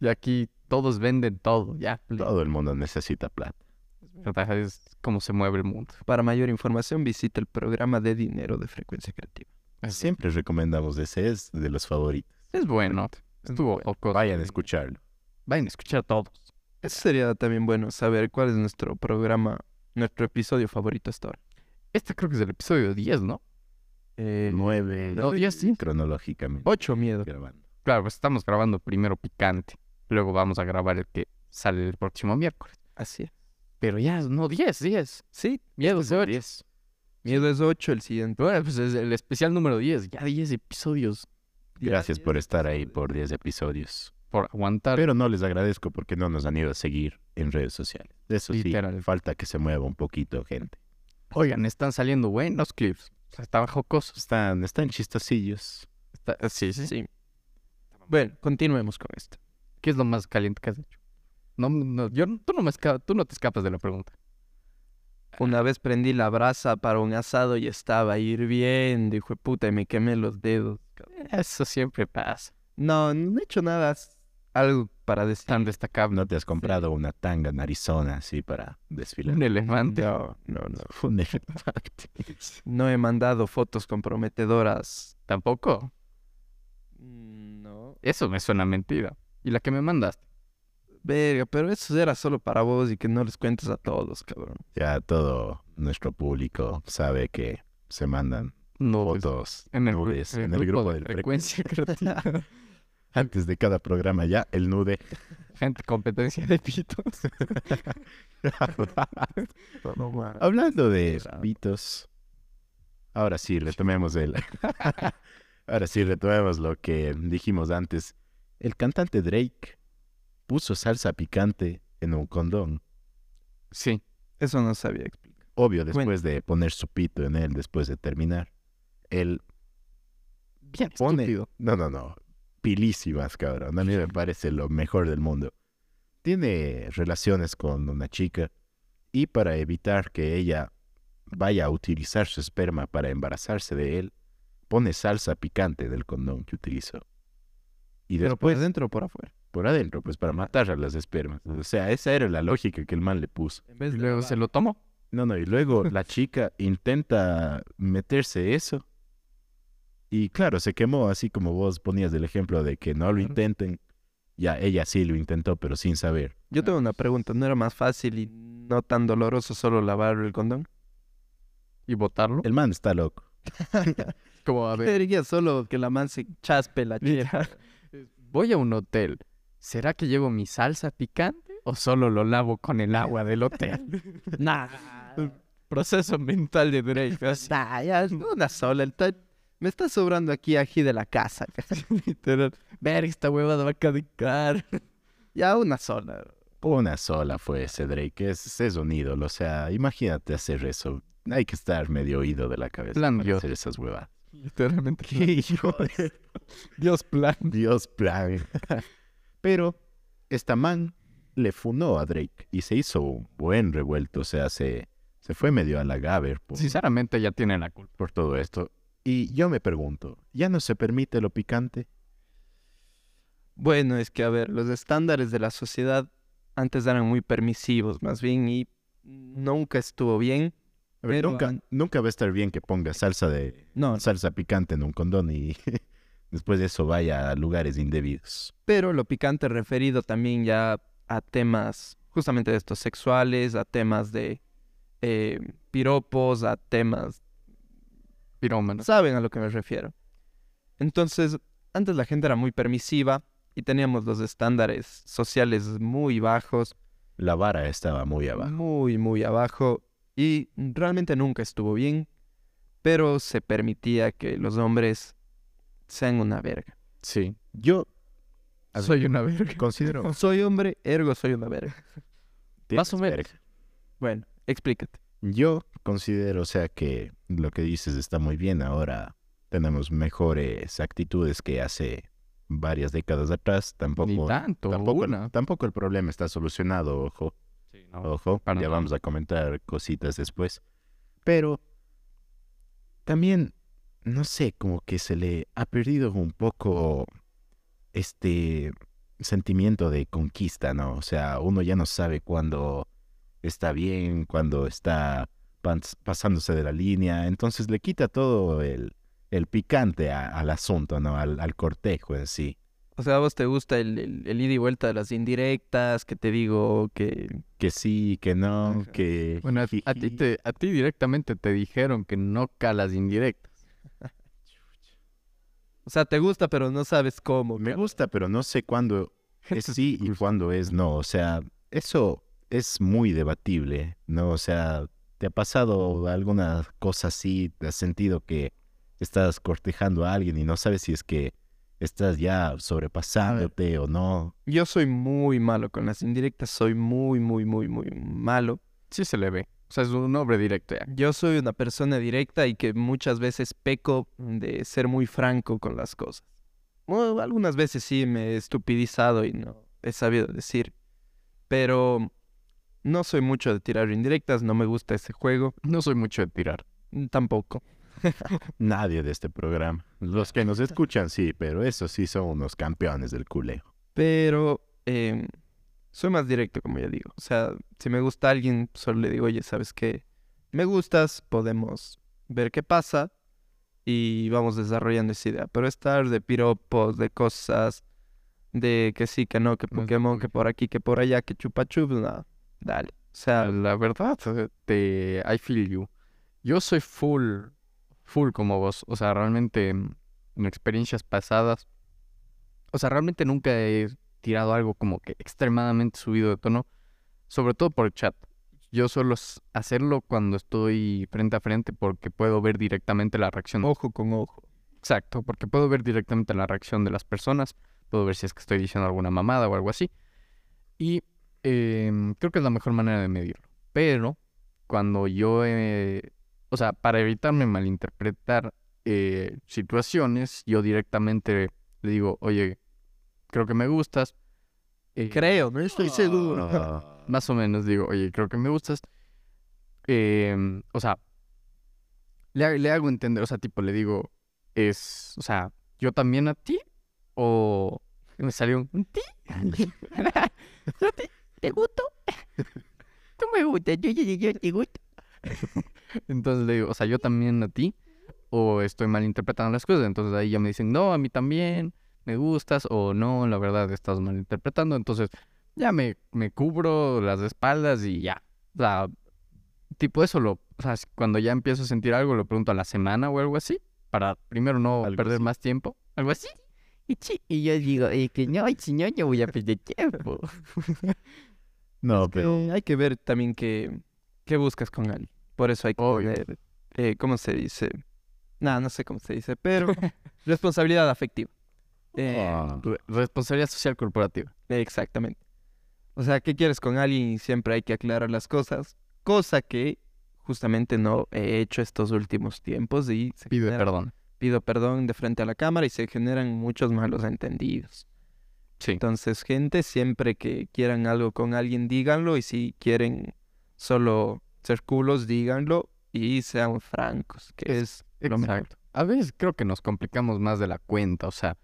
S2: y aquí todos venden todo, ya.
S3: Todo el mundo necesita plata.
S2: ¿Verdad? Es como se mueve el mundo.
S1: Para mayor información visita el programa de dinero de frecuencia creativa.
S2: Es-
S3: Siempre recomendamos ese, es de los favoritos.
S2: Es bueno. Estuvo jocoso.
S3: Vayan a escucharlo.
S2: Vayan a escuchar a todos.
S1: Eso sería también bueno saber cuál es nuestro programa, nuestro episodio favorito hasta ahora.
S2: Este creo que es el episodio 10, ¿no?
S3: Nueve.
S2: no, ya sí.
S3: Cronológicamente.
S1: eh, Ocho miedo.
S3: Grabando.
S2: Claro, pues estamos grabando primero picante. Luego vamos a grabar el que sale el próximo miércoles.
S1: Así es.
S2: Pero ya, no, 10, 10.
S1: Sí,
S2: Miedo de hoy.
S1: miedo es ocho, el siguiente.
S2: Bueno, pues es el especial número 10. Ya 10 episodios
S3: Gracias por estar ahí por 10 episodios.
S2: por aguantar.
S3: Pero no les agradezco porque no nos han ido a seguir en redes sociales. Eso sí,
S2: Literal.
S3: falta que se mueva un poquito, gente.
S2: Oigan, están saliendo buenos clips. O sea, estaban jocosos.
S3: Están, están chistosillos.
S2: Está- sí, sí, sí.
S1: Sí. Bueno, continuemos con esto.
S2: ¿Qué es lo más caliente que has hecho? No, no, yo, tú, no me esca- tú no te escapas de la pregunta.
S1: Una vez prendí la brasa para un asado y estaba hirviendo, hijo de puta, y me quemé los dedos.
S2: Eso siempre pasa.
S1: No, no he hecho nada. s- Algo para destacar.
S2: Tan destacable.
S3: ¿No te has comprado una tanga en Arizona así para desfilar?
S2: Un elefante.
S1: No, no, no.
S3: Un elefante.
S1: No he mandado fotos comprometedoras.
S2: Tampoco.
S1: No.
S2: Eso me suena a mentira. ¿Y la que me mandaste?
S1: Verga, pero eso era solo para vos y que no les cuentes a todos, cabrón.
S3: Ya todo nuestro público sabe que se mandan
S2: No. pues,
S3: fotos
S2: En el, gru-
S3: nudes
S2: en el grupo, de frecuencia creativa.
S3: Antes de cada programa ya, el nude.
S2: Gente, competencia de pitos.
S3: Hablando de pitos, ahora sí retomemos el. ahora sí retomemos lo que dijimos antes. El cantante Drake puso salsa picante en un condón.
S2: Sí.
S1: Eso no sabía explicar.
S3: Obvio, después de poner su pito en él, después de terminar. Él
S2: Bien
S3: pone...
S2: estúpido.
S3: No, no, no. Pilísimas, cabrón. A mí me parece lo mejor del mundo. Tiene relaciones con una chica y para evitar que ella vaya a utilizar su esperma para embarazarse de él, pone salsa picante del condón que utilizó. Y
S1: Pero pues por
S3: después,
S1: dentro o por afuera.
S3: por adentro, pues para matar a las espermas. O sea, esa era la lógica que el man le puso.
S1: En vez
S2: Y
S1: de
S2: luego
S1: lavar.
S2: se lo tomó.
S3: No, no, y luego la chica intenta meterse eso. Y claro, se quemó, así como vos ponías el ejemplo de que no lo
S1: Claro.
S3: intenten. Ya, ella sí lo intentó, pero sin saber.
S1: Yo tengo una pregunta. ¿No era más fácil y no tan doloroso solo lavar el condón?
S2: Y botarlo.
S3: El man está loco.
S2: Como a ver.
S1: Sería solo que la man se chaspe la chera.
S2: Voy a un hotel. ¿Será que llevo mi salsa picante o solo lo lavo con el agua del hotel?
S4: Nah.
S2: Proceso mental de Drake. así.
S1: Nah, Ah, ya, una sola. el tal- Me está sobrando aquí ají de la casa.
S2: Literal. Ver, esta huevada va a caducar.
S1: ya una sola.
S3: Una sola fue ese Drake, es, es un ídolo. O sea, imagínate hacer eso. Hay que estar medio oído de la cabeza
S2: Plan
S3: para
S2: Dios.
S3: hacer esas huevas.
S2: Literalmente.
S3: hijo
S2: Dios plan.
S3: Dios plan. Pero esta man le funó a Drake y se hizo un buen revuelto. O sea, se, se fue medio a la Gaber por,
S2: Sinceramente ya tiene la culpa.
S3: por todo esto. Y yo me pregunto, ¿ya no se permite lo picante?
S1: Bueno, es que a ver, los estándares de la sociedad antes eran muy permisivos, más bien, y nunca estuvo bien.
S3: A ver,
S1: Pero-
S3: nunca, nunca va a estar bien que ponga salsa de
S1: No,
S3: salsa picante en un condón y después de eso vaya a lugares indebidos.
S1: pero lo picante referido también ya a temas justamente de estos sexuales, a temas de eh, piropos, a temas
S2: Pirómano.
S1: Saben a lo que me refiero. Entonces, antes la gente era muy permisiva y teníamos los estándares sociales muy bajos,
S3: La vara estaba muy abajo.
S1: muy, muy abajo, y realmente nunca estuvo bien, pero se permitía que los hombres sean una verga.
S2: Sí.
S3: Yo A ver.
S2: Soy una verga.
S3: considero...
S1: Soy hombre, ergo soy una verga.
S2: Más o menos.
S3: Verga.
S1: Bueno, explícate.
S3: Yo considero, o sea, que lo que dices está muy bien. Ahora tenemos mejores actitudes que hace varias décadas atrás.
S2: Ni
S3: Tampoco,
S2: tanto.
S3: tampoco,
S2: una.
S3: tampoco el problema está solucionado, ojo,
S2: Sí, no.
S3: ojo.
S2: para
S3: ya
S2: nada.
S3: vamos a comentar cositas después. Pero también, no sé, como que se le ha perdido un poco este sentimiento de conquista, ¿no? O sea, uno ya no sabe cuándo está bien, cuando está pas- pasándose de la línea, entonces le quita todo el, el picante a- al asunto, ¿no? Al, al cortejo en sí.
S1: O sea, ¿a vos te gusta el, el- el ida y vuelta de las indirectas, que te digo que...
S3: Que sí, que no,
S1: Ajá.
S3: que...
S2: Bueno, a, a ti
S3: jiji.
S2: te- a ti directamente te dijeron que no calas indirectas.
S1: O sea, te gusta, pero no sabes cómo.
S3: Me
S1: cara.
S3: gusta, pero no sé cuándo es
S2: Eso es
S3: sí y
S2: justo.
S3: cuándo es no. O sea, eso es muy debatible, ¿no? O sea, ¿te ha pasado alguna cosa así? ¿Te has sentido que estás cortejando a alguien y no sabes si es que estás ya sobrepasándote o no?
S1: Yo soy muy malo con las indirectas, soy muy, muy, muy, muy malo.
S2: Sí se le ve. O sea, es un hombre directo ya.
S1: Yo soy una persona directa y que muchas veces peco de ser muy franco con las cosas. Bueno, algunas veces sí me he estupidizado y no he sabido decir, pero no soy mucho de tirar indirectas, no me gusta ese juego,
S2: No soy mucho de tirar.
S1: mm, tampoco.
S3: Nadie de este programa. Los que nos escuchan, sí, pero esos sí son unos campeones del culeo.
S1: Pero em, soy más directo, como ya digo. O sea, si me gusta alguien, solo le digo, oye, ¿sabes qué? Me gustas, podemos ver qué pasa y vamos desarrollando esa idea. Pero estar de piropos, de cosas, de que sí, que no, que
S2: No es
S1: Pokémon, que
S2: tuyo.
S1: por aquí, que por allá, que chupa chup, no, dale. O sea,
S2: La verdad, eh, te, I feel you. Yo soy full, full como vos. O sea, realmente mm, en experiencias pasadas. O sea, realmente nunca he tirado algo como que extremadamente subido de tono. Sobre todo por chat. Yo suelo s- hacerlo cuando estoy frente a frente porque puedo ver directamente la reacción.
S1: ojo con ojo.
S2: Exacto, porque puedo ver directamente la reacción de las personas, Puedo ver si es que estoy diciendo alguna mamada o algo así. Y em, creo que es la mejor manera de medirlo. Pero cuando yo, eh, o sea, para evitarme malinterpretar eh, situaciones, yo directamente le digo, oye, creo que me gustas. eh,
S1: Creo, no estoy seguro.
S3: Ah,
S2: más o menos digo, oye, creo que me gustas. Em, o sea, le, ha- le hago entender, o sea, tipo, le digo, es, o sea, yo también a ti, o me salió un, un ti. Yo a ti, te gusto. Tú me gustas, yo, yo, yo, yo te gusto. Entonces le digo, o sea, yo también a ti, o estoy malinterpretando las cosas. Entonces ahí ya me dicen, no, a mí también, me gustas, o no, la verdad, estás malinterpretando. Entonces ya me, me cubro las espaldas y ya. O sea, tipo eso lo, o sea, si- cuando ya empiezo a sentir algo, lo pregunto a la semana o algo así, para primero no
S3: Algo
S2: perder
S3: así.
S2: más tiempo, algo así. Y, chi- y yo digo, eh, que no, si no, yo voy a perder tiempo.
S3: No, pero
S1: Eh, hay que ver también qué, qué buscas con alguien. Por eso hay que
S2: Obvio.
S1: tener, eh, ¿cómo se dice? Nada, no sé cómo se dice, pero responsabilidad afectiva. Eh,
S3: ah,
S2: Re- responsabilidad social corporativa.
S1: Exactamente. O sea, ¿qué quieres con alguien? Y Siempre hay que aclarar las cosas. Cosa que justamente no he hecho estos últimos tiempos y se
S2: Pide
S1: genera-
S2: perdón.
S1: pido perdón de frente a la cámara y se generan muchos malos entendidos.
S2: Sí.
S1: Entonces, gente, siempre que quieran algo con alguien, díganlo y si quieren solo ser culos, díganlo y sean francos, que es lo mejor.
S2: Exacto. A veces creo que nos complicamos más de la cuenta, o sea,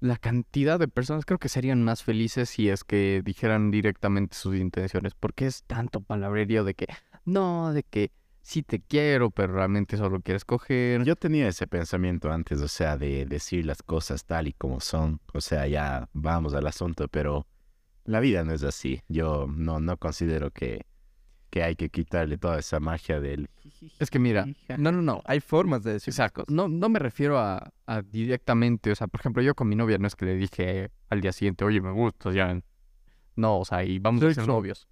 S2: la cantidad de personas creo que serían más felices si es que dijeran directamente sus intenciones, porque es tanto palabrerío de que no, de que sí te quiero, pero realmente solo quieres coger.
S3: yo tenía ese pensamiento antes, o sea, de decir las cosas tal y como son. O sea, ya vamos al asunto, pero la vida no es así. Yo no, no considero que, que hay que quitarle toda esa magia del...
S2: Es que mira, no, no, no,
S1: Hay formas de decir las
S2: Exacto.
S1: cosas.
S2: No, no me refiero a, a directamente, o sea, por ejemplo, yo con mi novia no es que le dije al día siguiente, oye, me gustas, ya. No, o sea, y vamos a ser
S1: Sexo.
S2: novios.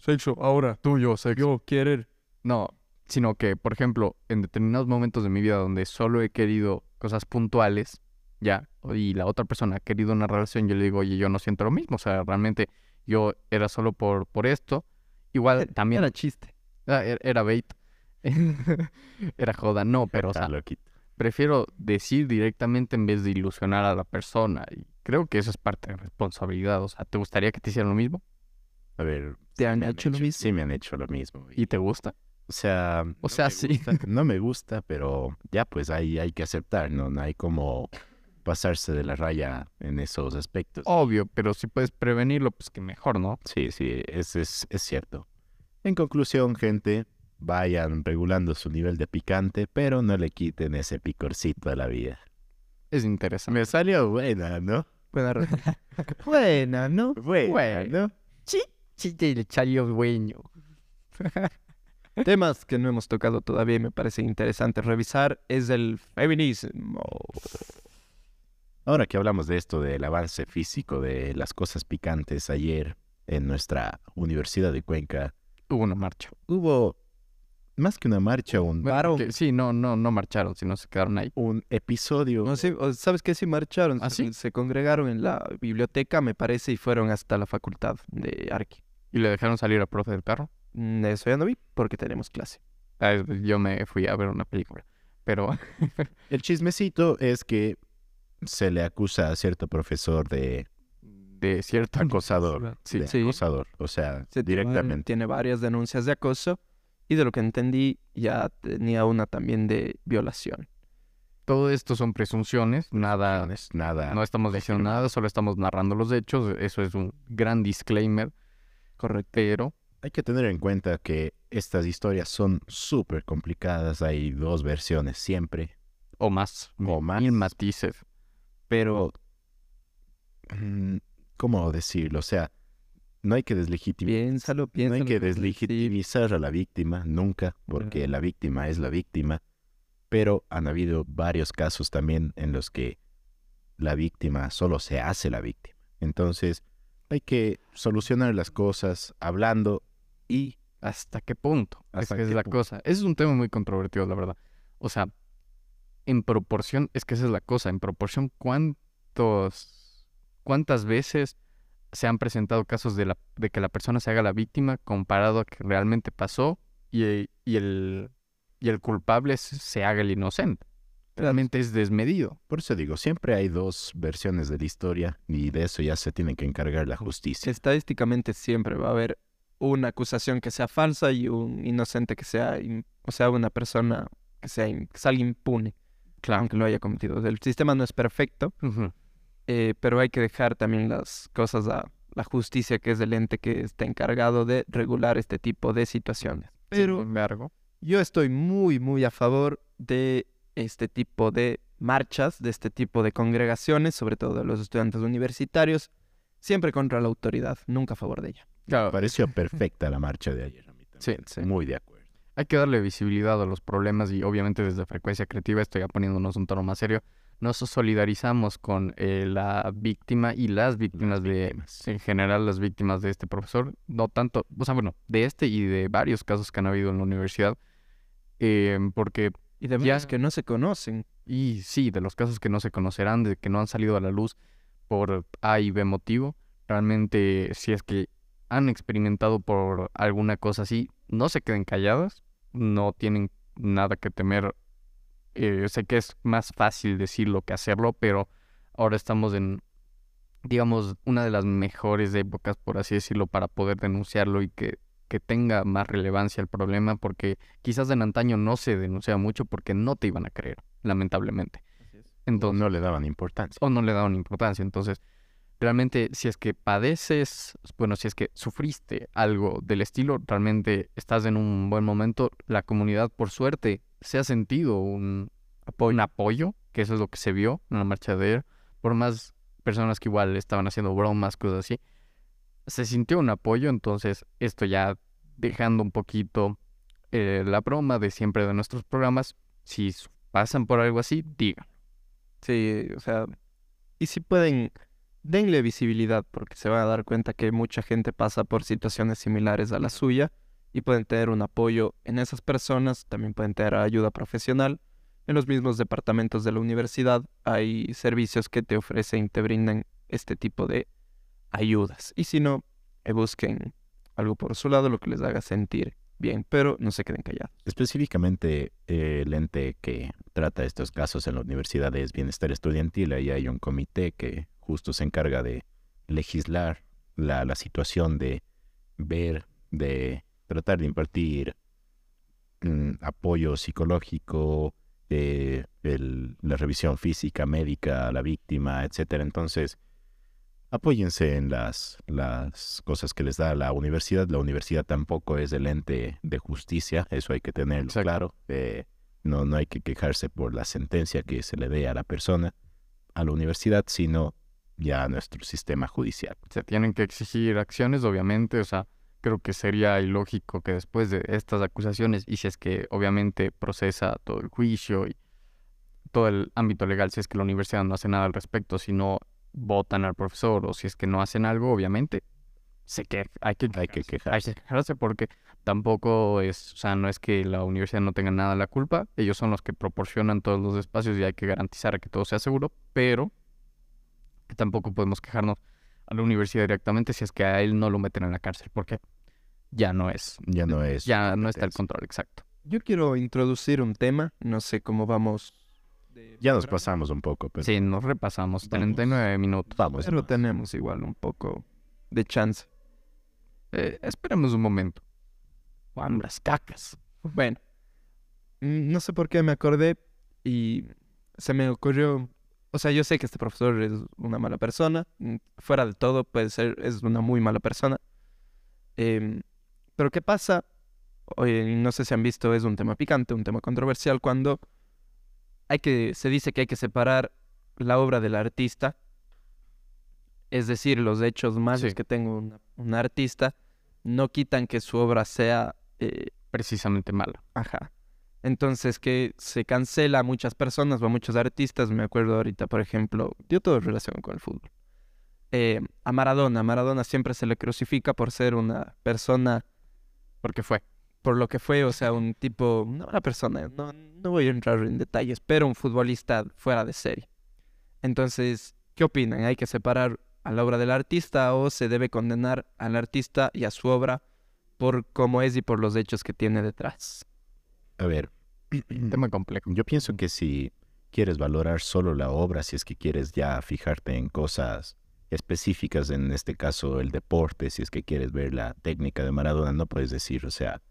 S1: Sexo, ahora,
S2: Tú, yo, sexo.
S1: yo, querer.
S2: No, sino que, por ejemplo, en determinados momentos de mi vida donde solo he querido cosas puntuales, ya, y la otra persona ha querido una relación, yo le digo, oye, yo no siento lo mismo, o sea, realmente yo era solo por, por esto. Igual Eh, también
S1: Era chiste.
S2: ah, era, era bait, era joda, no, pero o sea,
S3: lo quito.
S2: prefiero decir directamente en vez de ilusionar a la persona. Y creo que eso es parte de responsabilidad. O sea, ¿te gustaría que te hicieran lo mismo?
S3: A ver,
S1: ¿Te han
S3: me han
S1: hecho lo
S3: hecho-
S1: mismo?
S3: sí me han hecho lo mismo.
S2: ¿Y te gusta? pues,
S3: O sea,
S2: O sea, sí.
S3: no me gusta, pero ya pues ahí hay que aceptar, ¿no? No hay como pasarse de la raya en esos aspectos.
S2: Obvio, pero si puedes prevenirlo, pues que mejor, ¿no?
S3: Sí, sí, es, es, es cierto. En conclusión, gente, vayan regulando su nivel de picante, pero no le quiten ese picorcito a la vida.
S2: Es interesante.
S3: Me salió buena, ¿no?
S1: Buena, Buena, ¿no?
S3: Buena,
S2: Güey.
S3: ¿no?
S2: Chiste el chayo dueño.
S1: Temas que no hemos tocado todavía y me parece interesante revisar es el feminismo.
S3: Ahora que hablamos de esto, del avance físico, de las cosas picantes, ayer en nuestra Universidad de Cuenca
S2: Hubo una marcha.
S3: hubo más que una marcha, un,
S2: Bueno,
S1: Varón.
S2: que- sí, no, no, no marcharon, sino se quedaron ahí.
S3: un episodio.
S1: No sé, o- ¿sabes qué? Sí marcharon,
S2: ¿Ah,
S1: se-
S2: sí?
S1: se, congregaron en la biblioteca, me parece, y fueron hasta la facultad de Arqui.
S2: Y le dejaron salir al profe del carro.
S1: Mm, Eso ya no vi porque tenemos clase.
S2: Ah, es- Yo me fui a ver una película. Pero
S3: El chismecito es que se le acusa a cierto profesor de
S2: de cierto
S3: acosador.
S2: Sí,
S3: de
S1: sí.
S3: acosador. O sea,
S1: Se tiene-
S3: directamente.
S1: Tiene varias denuncias de acoso y de lo que entendí ya tenía una también de violación.
S2: Todo esto son presunciones, nada ah,
S3: Es nada.
S2: No estamos diciendo nada, solo estamos narrando los hechos. Eso es un gran disclaimer,
S1: Correcto.
S2: pero
S3: Hay que tener en cuenta que estas historias son súper complicadas. Hay dos versiones siempre.
S2: o más.
S3: O más.
S2: Mil matices.
S3: Pero, mm, ¿cómo decirlo? O sea, no hay que deslegitimizar.
S1: Piénsalo,
S3: No
S1: piénsalo.
S3: hay que
S1: sí,
S3: deslegitimizar a la víctima nunca, porque la víctima es la víctima, pero han habido varios casos también en los que la víctima solo se hace la víctima. Entonces, hay que solucionar las cosas hablando y
S2: ¿Hasta qué punto?
S3: ¿Hasta
S2: es que
S3: qué
S2: es la
S3: punto?
S2: cosa. Ese es un tema muy controvertido, la verdad. O sea, en proporción, es que esa es la cosa, en proporción, ¿cuántos, ¿Cuántas veces se han presentado casos de, la, de que la persona se haga la víctima comparado a que realmente pasó y, y el, y el culpable s- se haga el inocente? Realmente es desmedido.
S3: Por eso digo, siempre hay dos versiones de la historia y de eso ya se tiene que encargar la justicia.
S1: Estadísticamente siempre va a haber una acusación que sea falsa y un inocente que sea, im- o sea, una persona que, sea, im- que salga impune,
S2: Claro.
S1: aunque lo haya cometido. El sistema no es perfecto, eh, pero hay que dejar también las cosas a la justicia, que es el ente que está encargado de regular este tipo de situaciones.
S2: Pero... Sin embargo,
S1: Yo estoy muy, muy a favor de este tipo de marchas, de este tipo de congregaciones, sobre todo de los estudiantes universitarios, siempre contra la autoridad, nunca a favor de ella.
S2: claro,
S3: Me pareció perfecta la marcha de ayer. a mí también.
S2: sí, sí.
S3: Muy de acuerdo.
S2: Hay que darle visibilidad a los problemas y obviamente desde Frecuencia Creativa, esto ya poniéndonos un tono más serio, nos solidarizamos con eh, la víctima y las víctimas de,
S3: víctimas.
S2: en general las víctimas de este profesor, no tanto, o sea, bueno, de este y de varios casos que han habido en la universidad, eh, porque,
S1: Y de
S2: Ya.
S1: varios que no se conocen.
S2: y sí, de los casos que no se conocerán, de que no han salido a la luz por A y B motivo, realmente si es que han experimentado por alguna cosa así, no se queden calladas, no tienen nada que temer. Eh, sé que es más fácil decirlo que hacerlo, pero ahora estamos en, digamos, una de las mejores épocas, por así decirlo, para poder denunciarlo y que, que tenga más relevancia el problema, porque quizás en antaño no se denunciaba mucho porque no te iban a creer, lamentablemente.
S3: O
S2: Entonces,
S3: No le daban importancia.
S2: o no le daban importancia. Entonces, realmente, si es que padeces, bueno, si es que sufriste algo del estilo, realmente estás en un buen momento. La comunidad, por suerte, se ha sentido un apoyo, un apoyo que eso es lo que se vio en la marcha de ayer. Por más personas que igual estaban haciendo bromas, cosas así, se sintió un apoyo. Entonces, esto ya dejando un poquito eh, la broma de siempre de nuestros programas, si su- pasan por algo así, digan.
S1: Sí, o sea, y si pueden, denle visibilidad porque se van a dar cuenta que mucha gente pasa por situaciones similares a la suya y pueden tener un apoyo en esas personas, también pueden tener ayuda profesional. En los mismos departamentos de la universidad hay servicios que te ofrecen y te brindan este tipo de ayudas. Y si no, eh, busquen algo por su lado, lo que les haga sentir bien, pero no se queden callados.
S3: Específicamente, eh, el ente que trata estos casos en la universidad es Bienestar Estudiantil. Ahí hay un comité que justo se encarga de legislar la, la situación, de ver, de tratar de impartir mm, apoyo psicológico, eh, el- la revisión física, médica a la víctima, etcétera. Entonces, apóyense en las, las cosas que les da la universidad. La universidad tampoco es el ente de justicia, eso hay que tenerlo
S2: Exacto.
S3: claro. Eh, no, no hay que quejarse por la sentencia que se le dé a la persona, a la universidad, sino ya a nuestro sistema judicial.
S2: se tienen que exigir acciones, obviamente, o sea, creo que sería ilógico que después de estas acusaciones, y si es que obviamente procesa todo el juicio y todo el ámbito legal, si es que la universidad no hace nada al respecto, si no votan al profesor o si es que no hacen algo, obviamente, se que hay que
S3: Hay que
S2: hay
S3: quejarse.
S2: que quejarse porque tampoco es, o sea, no es que la universidad no tenga nada la culpa, ellos son los que proporcionan todos los espacios y hay que garantizar que todo sea seguro, pero que tampoco podemos quejarnos a la universidad directamente si es que a él no lo meten en la cárcel, porque ya no es,
S3: Ya no es.
S2: ya no está el
S3: competencia.
S2: control exacto.
S1: Yo quiero introducir un tema, no sé cómo vamos. de
S3: Ya nos
S1: programa.
S3: pasamos un poco, pero
S2: sí, nos repasamos
S3: Vamos.
S2: 39 minutos.
S3: vamos.
S1: Pero
S3: nomás.
S1: tenemos igual un poco de chance.
S2: Eh, esperemos un momento. Juan, las cacas.
S1: Bueno, mm, no sé por qué me acordé y se me ocurrió. O sea, yo sé que este profesor es una mala persona. mm, Fuera de todo, puede ser, es una muy mala persona. Em, pero ¿qué pasa? Oye, no sé si han visto, es un tema picante, un tema controversial, cuando hay que, se dice que hay que separar la obra del artista, es decir, los hechos malos
S2: Sí.
S1: que tenga una- un artista, no quitan que su obra sea eh,
S2: Precisamente mala.
S1: Ajá. Entonces que se cancela a muchas personas o a muchos artistas. Me acuerdo ahorita, por ejemplo, yo todo relaciono con el fútbol. Eh, a Maradona. Maradona siempre se le crucifica por ser una persona,
S2: Porque fue.
S1: por lo que fue, o sea, un tipo, no una persona, no, no voy a entrar en detalles, pero un futbolista fuera de serie. Entonces, ¿qué opinan? ¿Hay que separar a la obra del artista o se debe condenar al artista y a su obra por cómo es y por los hechos que tiene detrás.
S3: A ver,
S2: Tema complejo.
S3: Mm. Yo pienso que si quieres valorar solo la obra, si es que quieres ya fijarte en cosas específicas, en este caso el deporte, si es que quieres ver la técnica de Maradona, no puedes decir, o sea,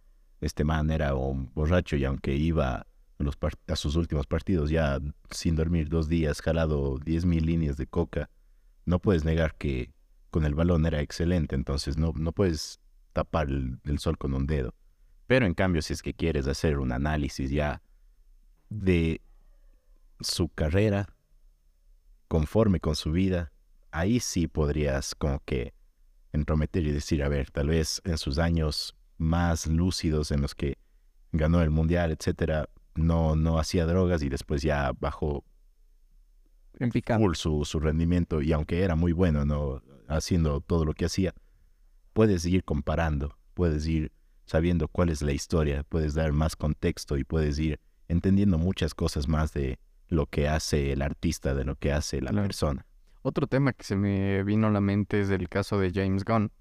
S3: este man era un borracho y aunque iba a, los par- a sus últimos partidos ya sin dormir dos días, jalado 10.000 líneas de coca, no puedes negar que con el balón era excelente, entonces no, no puedes tapar el- el sol con un dedo. Pero en cambio, si es que quieres hacer un análisis ya de su carrera conforme con su vida, ahí sí podrías como que entrometer y decir, a ver, tal vez en sus años más lúcidos en los que ganó el mundial, etcétera, no, no hacía drogas y después ya bajó
S1: En picante.
S3: full su, su rendimiento y aunque era muy bueno, ¿no? Haciendo todo lo que hacía, puedes ir comparando, puedes ir sabiendo cuál es la historia, puedes dar más contexto y puedes ir entendiendo muchas cosas más de lo que hace el artista, de lo que hace la
S2: Claro.
S3: persona.
S2: Otro tema que se me vino a la mente es el caso de James Gunn,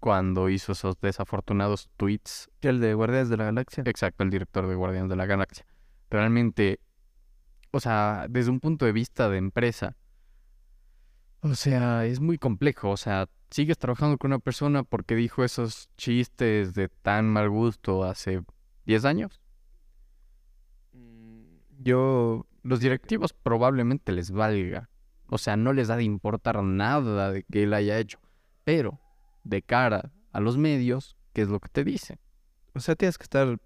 S2: cuando hizo esos desafortunados tweets.
S1: El de Guardianes de la Galaxia.
S2: Exacto, el director de Guardianes de la Galaxia. Realmente, o sea, desde un punto de vista de empresa, o sea, es muy complejo. O sea, sigues trabajando con una persona porque dijo esos chistes de tan mal gusto hace 10 años.
S1: Yo
S2: Los directivos probablemente les valga. O sea, no les ha de importar nada de que él haya hecho. Pero, de cara a los medios, ¿qué es lo que te dicen?
S1: O sea, tienes que estar,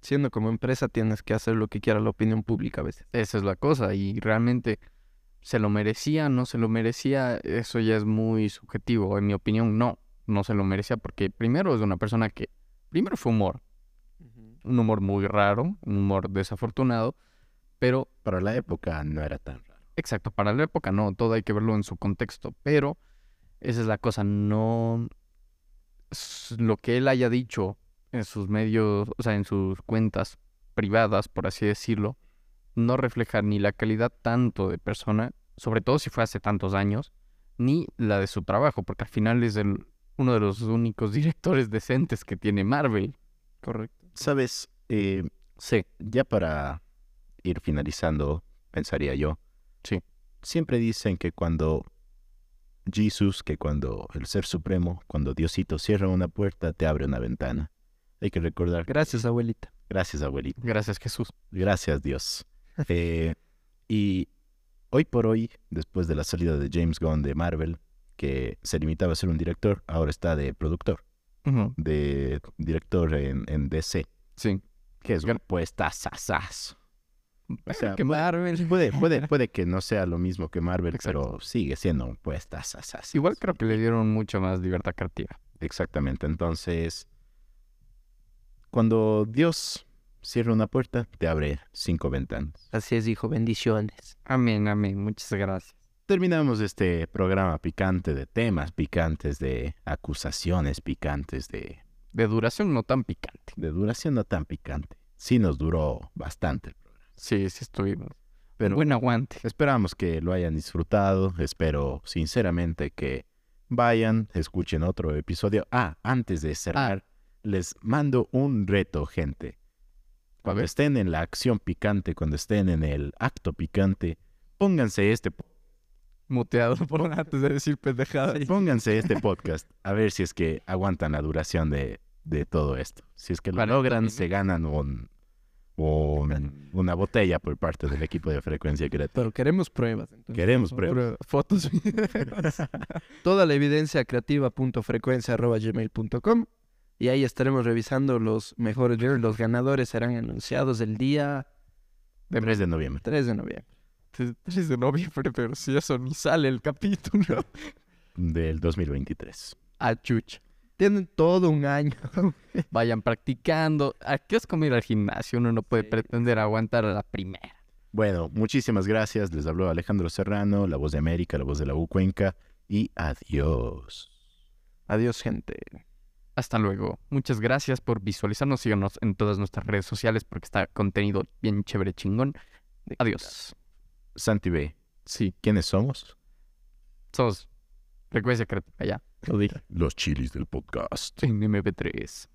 S1: siendo como empresa, tienes que hacer lo que quiera la opinión pública a veces.
S2: Esa es la cosa. Y realmente, ¿se lo merecía? ¿No se lo merecía? Eso ya es muy subjetivo. En mi opinión, no. No se lo merecía porque primero es una persona que... Primero fue humor. Un humor muy raro, un humor desafortunado. Pero
S3: Para la época no era tan raro.
S2: Exacto, para la época no, todo hay que verlo en su contexto, pero esa es la cosa, no s- lo que él haya dicho en sus medios, o sea, en sus cuentas privadas, por así decirlo, no refleja ni la calidad tanto de persona, sobre todo si fue hace tantos años, ni la de su trabajo, porque al final es el- uno de los únicos directores decentes que tiene Marvel.
S1: Correcto.
S3: Sabes, Eh,
S2: Sí,
S3: ya para ir finalizando, pensaría yo.
S2: Sí.
S3: Siempre dicen que cuando Jesús, que cuando el Ser Supremo, cuando Diosito cierra una puerta, te abre una ventana. Hay que recordar.
S1: Gracias, abuelita.
S3: Gracias, abuelito.
S2: gracias Jesús.
S3: Gracias, Dios. Eh, y hoy por hoy, después de la salida de James Gunn de Marvel, que se limitaba a ser un director, ahora está de productor,
S2: Ujú,
S3: de director en, en DC,
S2: Sí,
S3: que es
S2: Gran-
S3: pues tasasas. O sea,
S2: que
S3: puede-
S2: Marvel.
S3: Puede, puede, puede que no sea lo mismo que Marvel,
S2: Exacto.
S3: pero sigue siendo pues tasasas.
S2: Igual creo que le dieron mucha más libertad creativa.
S3: Exactamente. Entonces, cuando Dios cierra una puerta, te abre cinco ventanas.
S4: Así es, hijo, bendiciones.
S2: Amén, amén. Muchas gracias.
S3: Terminamos este programa picante de temas picantes, de acusaciones picantes, de,
S2: De duración no tan picante.
S3: de duración no tan picante. Sí nos duró bastante.
S2: Sí, sí estuvimos.
S3: Pero
S2: Buen aguante.
S3: Esperamos que lo hayan disfrutado. Espero sinceramente que vayan, escuchen otro episodio. Ah, antes de
S2: Ah,
S3: cerrar, les mando un reto, gente. Cuando
S2: ver.
S3: estén en la acción picante, cuando estén en el acto picante, pónganse este, po-
S2: Muteado por antes de decir pendejadas.
S3: pónganse este podcast. A ver si es que aguantan la duración de, de todo esto. Si es que lo
S2: 40
S3: logran, se ganan un- un- una botella por parte del equipo de frecuencia creativa.
S1: Pero queremos pruebas. entonces,
S3: Queremos
S1: por favor.
S3: pruebas.
S2: Fotos.
S1: Toda la evidencia creativa punto frecuencia arroba gmail punto com, y ahí estaremos revisando los mejores videos. Los ganadores serán anunciados el día
S3: 3 de noviembre.
S1: 3 de noviembre.
S2: 3 de noviembre, pero si eso ni sale el capítulo.
S3: del 2023.
S2: Ah, chucha.
S1: Tienen todo un año.
S2: Vayan practicando. Aquí es como ir al gimnasio. Uno no puede
S1: Sí.
S2: pretender aguantar a la primera.
S3: Bueno, muchísimas gracias. Les habló Alejandro Serrano, la voz de América, la voz de la U Cuenca y adiós.
S1: Adiós, gente.
S2: Hasta luego. Muchas gracias por visualizarnos. Síganos en todas nuestras redes sociales porque está contenido bien chévere, chingón.
S1: De-
S2: Adiós.
S3: Santi B,
S2: Sí.
S3: ¿quiénes somos?
S2: Sos. Frecuencia creativa, ya. Lo dije.
S3: Los chilis del podcast.
S2: En MP3.